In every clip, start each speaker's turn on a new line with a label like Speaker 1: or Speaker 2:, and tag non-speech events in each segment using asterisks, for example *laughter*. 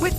Speaker 1: With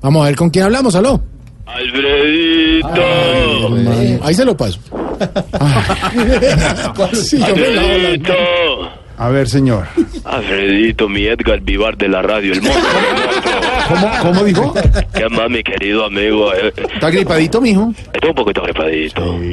Speaker 2: Vamos a ver con quién hablamos, aló.
Speaker 3: Alfredito,
Speaker 2: Hermano, Ahí se lo *laughs* paso. Ah. Sí, yo me lavo las manos.
Speaker 3: Alfredito,
Speaker 4: A ver, señor.
Speaker 3: Alfredito, mi Edgar Vivar de la radio, el monstruo.
Speaker 4: ¿Cómo, cómo dijo?
Speaker 3: ¿Qué más, mi querido amigo? Eh,
Speaker 4: ¿Está gripadito, mijo?
Speaker 3: Estoy un poquito gripadito. Sí,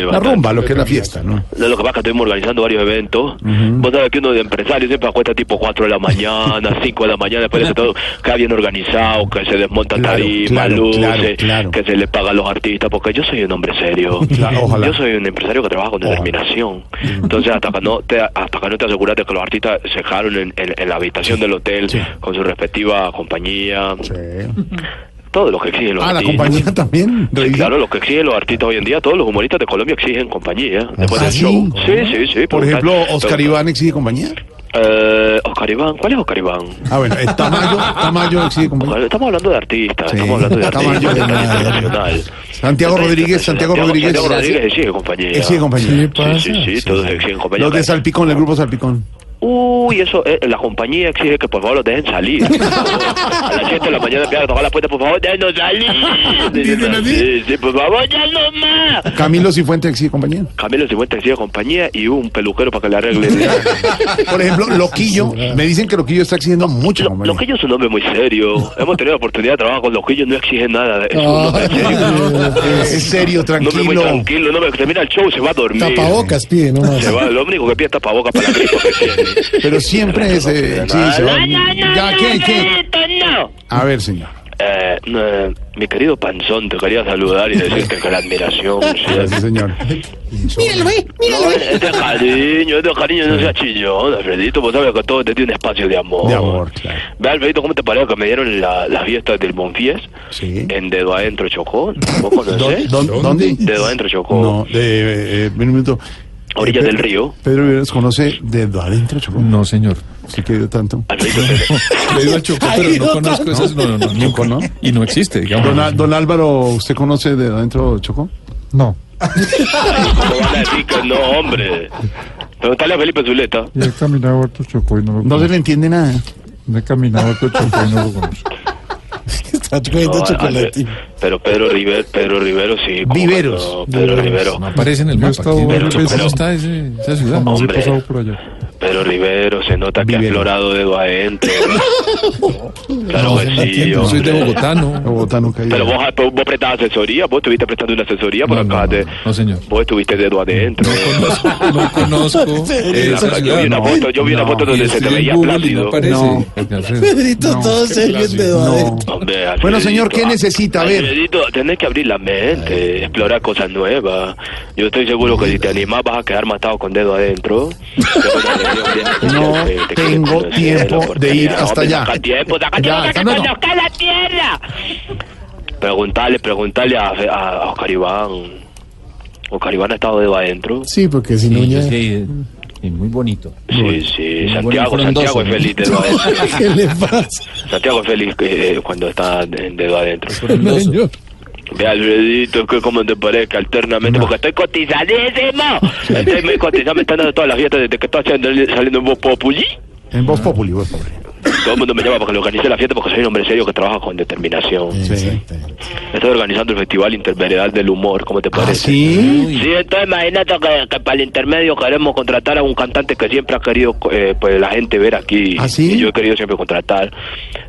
Speaker 4: La
Speaker 3: bastante.
Speaker 4: rumba, lo que es la fiesta, ¿no?
Speaker 3: No, Lo que pasa es que estuvimos organizando varios eventos. Vos sabés que uno de empresario siempre acuesta tipo 4 de
Speaker 4: *laughs*
Speaker 3: la mañana, 5 de la mañana, después de todo, cada bien organizado, que se desmontan
Speaker 4: Claro,
Speaker 3: tarimas,
Speaker 4: claro,
Speaker 3: luces,
Speaker 4: claro, claro.
Speaker 3: que se le paga a los artistas, porque yo soy un hombre serio.
Speaker 4: Claro, ojalá.
Speaker 3: Yo soy un empresario que trabaja con determinación. Entonces, hasta que no te, hasta que no te aseguras de que los artistas se dejaron en, en- en la habitación del hotel con su respectiva compañía, todo lo que exigen los
Speaker 4: Ah, la
Speaker 3: artistas.
Speaker 4: compañía también.
Speaker 3: Sí,
Speaker 4: Revisa.
Speaker 3: claro, lo que exigen los artistas hoy en día, todos los humoristas de Colombia exigen compañía. ¿eh? Después
Speaker 4: ¿Ah,
Speaker 3: del
Speaker 4: sí?
Speaker 3: show. Sí, sí, sí.
Speaker 4: Por
Speaker 3: pregunta-
Speaker 4: ejemplo, Oscar
Speaker 3: pregunta-
Speaker 4: Iván exige compañía.
Speaker 3: Eh, Oscar Iván, ¿cuál es Oscar Iván?
Speaker 4: Ah, bueno, eh, Tamayo, Tamayo exige compañía.
Speaker 3: Bueno, Estamos hablando de artistas,
Speaker 4: Sí,
Speaker 3: estamos hablando de
Speaker 4: estamos
Speaker 3: artistas
Speaker 4: hablando de nada.
Speaker 3: internacional.
Speaker 4: Santiago Rodríguez, Santiago Rodríguez.
Speaker 3: Santiago Rodríguez exige compañía.
Speaker 4: Exige compañía.
Speaker 3: Sí, sí, sí, todos exigen compañía.
Speaker 4: Los de Salpicón, el grupo Salpicón.
Speaker 3: Uy, eso, eh, la compañía exige que por favor los dejen salir. a las 7 de la mañana empiezan a tocar la puerta, por favor, déjenos
Speaker 4: ¿Dicen
Speaker 3: salir.
Speaker 4: así?
Speaker 3: Sí, sí, por favor, ya no más.
Speaker 4: Camilo Cifuentes exige compañía.
Speaker 3: Camilo 50 exige compañía y un peluquero para que le
Speaker 4: *laughs*
Speaker 3: arregle.
Speaker 4: Por ejemplo, Loquillo. Me dicen que Loquillo está exigiendo mucha
Speaker 3: Lo-
Speaker 4: compañía.
Speaker 3: Loquillo es un hombre muy serio. Hemos tenido la oportunidad de trabajar con Loquillo, no exige nada. de- Es un hombre serio.
Speaker 4: Eh, Es serio,
Speaker 3: Un hombre
Speaker 4: Ah,
Speaker 3: muy
Speaker 4: tranquilo.
Speaker 3: tranquilo, un hombre que termina el show se va a dormir.
Speaker 2: Tapabocas pide nomás.
Speaker 3: Se va, lo único que pide es tapabocas para la gripa que tiene.
Speaker 4: Pero siempre es. eh, sí, se va- Ya, ¿qué, qué?
Speaker 3: no.
Speaker 4: A ver, señor.
Speaker 3: Eh, no, eh, mi querido Panzón, te quería saludar
Speaker 4: *laughs*
Speaker 3: y decirte que la admiración.
Speaker 4: Gracias,
Speaker 3: ¿sí?
Speaker 4: señor.
Speaker 2: eh,
Speaker 3: No, es de cariño, es de cariño, no seas chillón, Alfredito. Vos sabes que todo te tiene un espacio de amor.
Speaker 4: De amor, claro.
Speaker 3: Ve, Alfredito, ¿cómo te parece que me dieron la- las fiestas del Bonfies?
Speaker 4: Sí.
Speaker 3: En Dedo Adentro Chocó. ¿Vos
Speaker 4: ¿Dó-
Speaker 3: conocés?
Speaker 4: dó- ¿Dónde?
Speaker 3: Dedo Adentro Chocó.
Speaker 4: No, de, eh, eh, un minuto.
Speaker 3: Orilla
Speaker 4: Eh, Pedro-
Speaker 3: del río.
Speaker 4: Pedro Viveros conoce de adentro Chocó.
Speaker 5: No, señor.
Speaker 4: Sí que dio tanto.
Speaker 3: Alfredito, te-
Speaker 5: Le digo al Chocó, pero no conozco esas. No, no, no.
Speaker 4: Nunca, ¿no?
Speaker 5: Y no existe, digamos.
Speaker 4: Don, Al- don Álvaro, ¿usted conoce de adentro Chocó?
Speaker 5: No.
Speaker 3: ¿cómo van a decir que no, hombre? Preguntale a Felipe Zuleta.
Speaker 5: Yo he caminado harto Chocó y no lo
Speaker 4: No se le entiende nada.
Speaker 5: No he caminado harto Chocó y no lo conozco.
Speaker 2: Está
Speaker 3: No,
Speaker 2: comiendo
Speaker 3: Alfred-
Speaker 2: *laughs* chocolate.
Speaker 3: pero Pedro Rivero, Pedro Rivero sí. ¿cómo
Speaker 4: Viveros.
Speaker 3: que no? Pedro Rivero.
Speaker 5: No *laughs* aparece en el
Speaker 4: Yo he
Speaker 5: mapa.
Speaker 4: estado
Speaker 5: aquí.
Speaker 4: varias
Speaker 5: Chocó
Speaker 3: veces.
Speaker 5: no está ese- esa ciudad.
Speaker 3: No,
Speaker 5: No,
Speaker 3: sí he
Speaker 5: he
Speaker 3: Hombre. pasado
Speaker 5: pasado por allá.
Speaker 3: Pedro Rivero, se nota que ha
Speaker 4: Vivero.
Speaker 3: explorado dedo adentro. claro que sí,
Speaker 5: Yo soy de
Speaker 3: hombre.
Speaker 5: Bogotá, no.
Speaker 4: Bogotá nunca ha ido.
Speaker 3: Pero vos, vos prestabas asesoría, vos estuviste prestando una asesoría por
Speaker 5: No, no,
Speaker 3: acá.
Speaker 5: no,
Speaker 3: de-
Speaker 5: no, señor.
Speaker 3: Vos estuviste dedo adentro.
Speaker 5: No conozco
Speaker 3: En la-
Speaker 5: esa
Speaker 3: yo vi
Speaker 5: ciudad.
Speaker 3: una
Speaker 5: No.
Speaker 3: foto, yo vi una
Speaker 4: no.
Speaker 3: foto donde se
Speaker 5: Estoy
Speaker 3: te
Speaker 5: en
Speaker 3: veía
Speaker 5: Google y
Speaker 3: plácido.
Speaker 5: No aparece.
Speaker 4: No.
Speaker 5: Alfredo.
Speaker 2: Pedrito, todo serio el dedo
Speaker 4: No.
Speaker 2: adentro.
Speaker 3: Hombre,
Speaker 4: Bueno,
Speaker 3: Alfredito,
Speaker 4: señor, ¿qué
Speaker 3: ah,
Speaker 4: necesita? A ver.
Speaker 3: Alfredito, tenés que abrir la mente, explorar cosas nuevas. Yo estoy seguro que si te animás vas a quedar matado con dedo
Speaker 4: *laughs*
Speaker 3: adentro.
Speaker 4: No tengo tiempo de ir hasta allá.
Speaker 3: Saca tiempo, saca
Speaker 4: Ya,
Speaker 3: tiempo,
Speaker 4: está,
Speaker 3: que
Speaker 4: no, no.
Speaker 3: conozcas la tierra. Preguntale, preguntale a, a, a Oscar Iván. Oscar Iván ha estado dedo adentro.
Speaker 2: Sí, porque si no, ya.
Speaker 5: eh, muy bonito.
Speaker 3: Sí, sí, Santiago,
Speaker 5: bueno, frondoso,
Speaker 3: Santiago es
Speaker 5: ¿no?
Speaker 3: feliz dedo adentro.
Speaker 2: *laughs* ¿Qué le pasa?
Speaker 3: Santiago es feliz eh, cuando está en dedo adentro.
Speaker 2: Señor.
Speaker 3: Ve, Alfredito, que como te parezca, alternamente, porque estoy cotizadísimo. Estoy muy cotizado, me están dando todas las fiestas desde que estoy haciendo- saliendo en Voz Populi.
Speaker 4: En Voz Populi, Voz Populi.
Speaker 3: Todo el mundo me llama porque le organicé la fiesta porque soy un hombre serio que trabaja con determinación.
Speaker 2: Exactamente.
Speaker 3: Estoy organizando el Festival Interveredal del Humor, ¿cómo te
Speaker 4: ¿Ah,
Speaker 3: parece?
Speaker 4: sí?
Speaker 3: Sí, entonces imagínate que, que para el intermedio queremos contratar a un cantante que siempre ha querido eh, pues la gente ver aquí.
Speaker 4: ¿Ah, sí?
Speaker 3: Y yo he querido siempre contratar,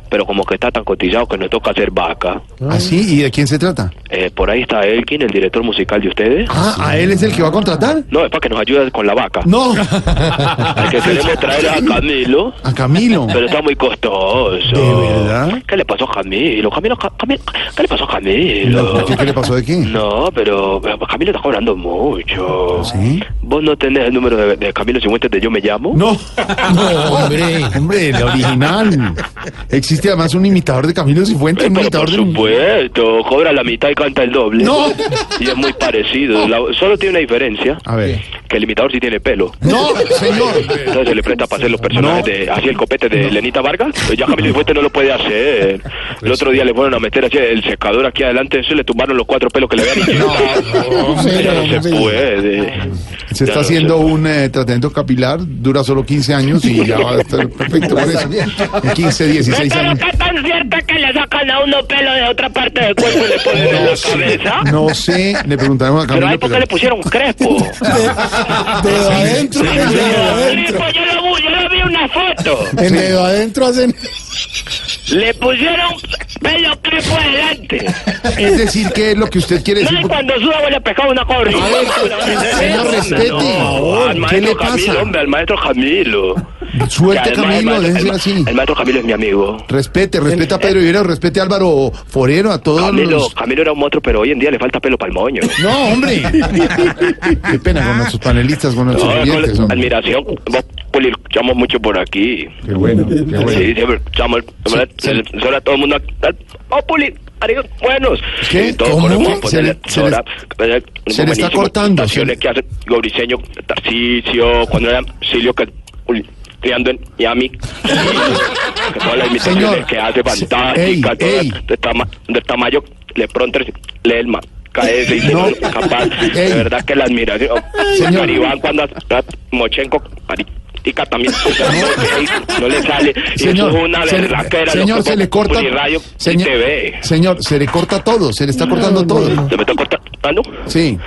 Speaker 3: pero como que está tan cotizado que nos toca hacer vaca.
Speaker 4: ¿Ah, sí? ¿Y de quién se trata?
Speaker 3: Eh, por ahí está Elkin, el director musical de ustedes.
Speaker 4: Ah, ¿a él es el que va a contratar?
Speaker 3: No, es para que nos ayude con la vaca.
Speaker 4: No.
Speaker 3: El que queremos traer a Camilo,
Speaker 4: A Camilo.
Speaker 3: pero está muy costoso.
Speaker 4: ¿De verdad?
Speaker 3: ¿Qué le pasó a Camilo? Camilo, Ca- Camilo ¿Qué le pasó a Camilo?
Speaker 4: ¿Qué, qué le pasó de qué?
Speaker 3: pues No, pero pero Camilo está cobrando mucho.
Speaker 4: ¿Sí?
Speaker 3: Vos no tenés el número de, de Camilo Cifuentes de Yo Me Llamo.
Speaker 2: No, no, hombre, hombre, la original. Existe además un imitador de Camilo Cifuentes,
Speaker 3: Eh,
Speaker 2: un
Speaker 3: Pero por
Speaker 2: imitador de...
Speaker 3: supuesto, cobra la mitad y canta el doble.
Speaker 2: No.
Speaker 3: Y es muy parecido. La- solo tiene una diferencia,
Speaker 2: A ver.
Speaker 3: que el imitador sí tiene pelo.
Speaker 2: No, señor.
Speaker 3: Entonces se le presta para hacer los personajes
Speaker 2: No.
Speaker 3: de así el copete de Lenita Vargas. Pues ya Camilo Cifuentes no lo puede hacer. El otro día le fueron a meter así el secador aquí adelante, eso y le tumbaron los cuatro pelos que le habían hecho. Ya no se
Speaker 2: hombre.
Speaker 3: puede. Ya
Speaker 2: Se está
Speaker 3: no
Speaker 2: haciendo
Speaker 3: puede.
Speaker 2: un eh, tratamiento capilar, dura solo 15 años y ya va a estar perfecto por eso. En 15, 16 años.
Speaker 3: es tan cierto que le sacan a uno pelo de otra parte del cuerpo y le ponen en la cabeza?
Speaker 2: No sé, le preguntaremos a
Speaker 3: Pero
Speaker 2: Camilo.
Speaker 3: ahí porque le pusieron crespo.
Speaker 6: Dedo adentro, dedo adentro.
Speaker 3: Crespo, pues, yo lo, bu- yo lo vi una foto.
Speaker 6: En dedo adentro hacen.
Speaker 3: Le pusieron pelo crespo *laughs* adelante.
Speaker 2: Es decir, ¿qué es lo que usted quiere decir?
Speaker 3: No, y cuando su abuela pescaba una corrida.
Speaker 2: señor, respete.
Speaker 3: No, al
Speaker 2: ¿Qué
Speaker 3: maestro
Speaker 2: le pasa?
Speaker 3: Camilo, hombre, al maestro Camilo.
Speaker 2: Porque
Speaker 3: Que
Speaker 2: Suelte,
Speaker 3: además el
Speaker 2: Camilo,
Speaker 3: maestro-
Speaker 2: déjense
Speaker 3: el-
Speaker 2: así.
Speaker 3: El maestro Camilo es mi amigo.
Speaker 2: Respete, respete a Pedro Vivero, respete a Álvaro Forero, a todos
Speaker 3: Camilo,
Speaker 2: los...
Speaker 3: Camilo era un monstruo, pero hoy en día le falta pelo para el moño.
Speaker 2: No, hombre. *laughs* Qué pena con nuestros panelistas, con nuestros
Speaker 3: No,
Speaker 2: oyentes.
Speaker 3: con
Speaker 2: hombre.
Speaker 3: admiración, vos Poli, escuchamos mucho por aquí.
Speaker 2: Qué bueno, qué bueno.
Speaker 3: Sí, siempre escuchamos, ¿verdad? Ahora todo el mundo. ¡Oh, Poli! amigos, Buenos.
Speaker 2: ¿Qué?
Speaker 3: Y todos
Speaker 2: ¿Cómo?
Speaker 3: ponemos-
Speaker 2: Se le-
Speaker 3: ponemos-
Speaker 2: se le-
Speaker 3: ahora, ¿verdad?
Speaker 2: se le está
Speaker 3: Buenísimas
Speaker 2: cortando,
Speaker 3: canciones
Speaker 2: se le-
Speaker 3: que hace Gobriseño, Tarcicio, cuando era Silvio que criando en Miami. *laughs* Que Todas las imitaciones
Speaker 2: Señor.
Speaker 3: que hace
Speaker 2: Ey,
Speaker 3: fantástica, todas
Speaker 2: ey.
Speaker 3: de, tama- de tamaño, le pronto le el KS y
Speaker 2: No.
Speaker 3: capaz.
Speaker 2: Ey.
Speaker 3: De verdad que la admiración.
Speaker 2: Señor.
Speaker 3: Caribán cuando a- Mochenko marica también o sea, no, no le sale y eso
Speaker 2: Señor,
Speaker 3: es una
Speaker 2: se le,
Speaker 3: berraquera,
Speaker 2: señor,
Speaker 3: loco,
Speaker 2: se le corta.
Speaker 3: Uniradio y
Speaker 2: Señor,
Speaker 3: TV.
Speaker 2: señor, se le corta todo, se le está cortando todo.
Speaker 3: ¿Se me está cortando?
Speaker 2: Sí.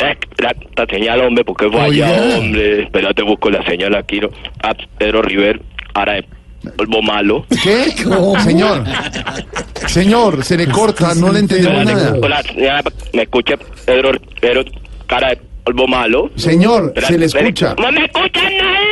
Speaker 3: Eh, la, la señal, hombre, porque fue
Speaker 2: Oiga.
Speaker 3: allá, hombre. Espera, te busco la señal aquí. ¿no? Ah, Pedro River, ahora de polvo malo. *laughs*
Speaker 2: ¿Qué? Señor, señor, se le corta, no le entendemos
Speaker 3: Espérate,
Speaker 2: nada.
Speaker 3: hola, señora, me escucha Pedro Rivero, cara de polvo malo.
Speaker 2: Señor,
Speaker 3: Espérate,
Speaker 2: se le
Speaker 3: espérate.
Speaker 2: escucha.
Speaker 3: ¡No me escuchan nadie!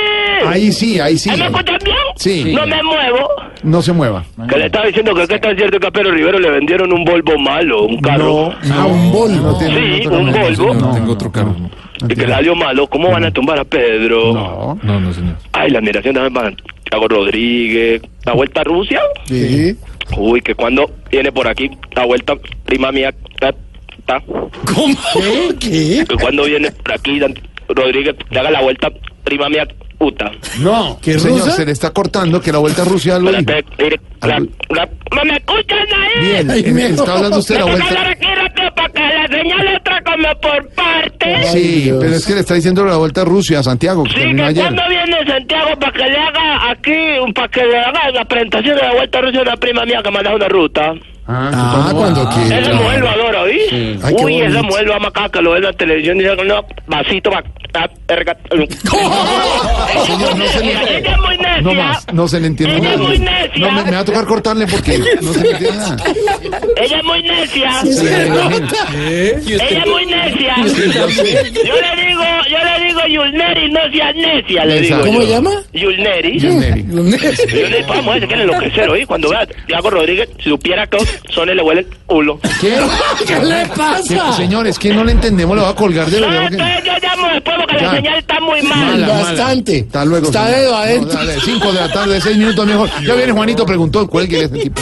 Speaker 2: Ahí sí, ahí sí.
Speaker 3: ¿No me escuchan bien?
Speaker 2: Sí.
Speaker 3: No me muevo.
Speaker 2: No se mueva.
Speaker 3: Que le estaba diciendo que qué tan cierto que a Pedro Rivero le vendieron un Volvo malo, un carro.
Speaker 6: A un bol.
Speaker 2: tiene
Speaker 3: Ah, Sí,
Speaker 2: otro
Speaker 3: un
Speaker 2: camino,
Speaker 3: Volvo.
Speaker 2: señor,
Speaker 5: No,
Speaker 2: no
Speaker 5: tengo
Speaker 2: tengo
Speaker 5: otro carro. No,
Speaker 3: y que le salió malo. ¿Cómo van a tumbar a Pedro?
Speaker 2: No.
Speaker 5: no, señor.
Speaker 3: Ay, la admiración también para Thiago Rodríguez. La vuelta a Rusia.
Speaker 6: Sí.
Speaker 3: Uy, que cuando viene por aquí la vuelta, prima mía. ta, ta.
Speaker 6: ¿Cómo? ¿Qué?
Speaker 3: Que cuando viene por aquí Dan- Rodríguez, le haga la vuelta, prima mía, puta.
Speaker 6: No. ¿Qué
Speaker 2: Señor,
Speaker 6: rusa?
Speaker 2: se le está cortando que la vuelta a Rusia lo dijo.
Speaker 3: Espérate, mire, la- la- ¿No me escuchan ahí?
Speaker 2: Bien,
Speaker 6: Ay,
Speaker 2: eh,
Speaker 6: miedo.
Speaker 2: está hablando usted de la
Speaker 3: Déjame hablar
Speaker 2: vuelta.
Speaker 3: aquí rápido para que la señal entra como por partes.
Speaker 6: Ay,
Speaker 2: Sí,
Speaker 6: Dios.
Speaker 2: pero es que le está diciendo la vuelta a Rusia, a Santiago, que
Speaker 3: Sí,
Speaker 2: terminó
Speaker 3: que
Speaker 2: ayer.
Speaker 3: cuando viene Santiago para que le haga aquí, para que le haga la presentación de la Vuelta a Rusia a una prima mía que maneja una ruta.
Speaker 6: Ah, cuando quiera.
Speaker 3: Esa mujer lo adora, ¿oí?
Speaker 6: Ay, qué
Speaker 3: Uy, esa
Speaker 6: bonito.
Speaker 3: mujer lo ama acá, que lo ve en la televisión y dice, no, vasito, va, ta,
Speaker 2: *laughs*
Speaker 3: erga, eh".
Speaker 2: Señor, no se le...
Speaker 3: Ella es muy necia.
Speaker 2: No más, no se le entiende
Speaker 3: Ella
Speaker 2: nada.
Speaker 3: es muy necia.
Speaker 2: No, me, me va a tocar cortarle porque no se le
Speaker 6: *laughs*
Speaker 2: entiende nada.
Speaker 3: Ella es muy necia.
Speaker 6: ¿Qué?
Speaker 3: Ella es muy necia. Yo le digo, yo le digo, Yulneri, no seas necia, le digo.
Speaker 2: ¿Cómo
Speaker 3: yo.
Speaker 6: se llama?
Speaker 3: Yulneri.
Speaker 2: Neri.
Speaker 3: Yo le digo, vamos, se quiere enloquecer, ¿oí? Cuando vea a Diego Rodríguez, si supiera que son le huele el culo.
Speaker 2: *laughs* ¿Qué?
Speaker 6: ¿Qué le pasa?
Speaker 2: Señor, es que no le entendemos, lo va a colgar de
Speaker 3: No,
Speaker 2: verdad. porque-
Speaker 3: Ah, entonces yo llamo después porque
Speaker 2: Ya.
Speaker 3: la señal está muy
Speaker 2: Mala,
Speaker 3: mal.
Speaker 2: mala.
Speaker 6: Bastante.
Speaker 2: Hasta luego.
Speaker 6: Está
Speaker 2: señor.
Speaker 6: dedo adentro.
Speaker 2: No, dale, cinco de la tarde, seis minutos mejor. Ya viene Juanito, preguntó, cuelgue ese tipo.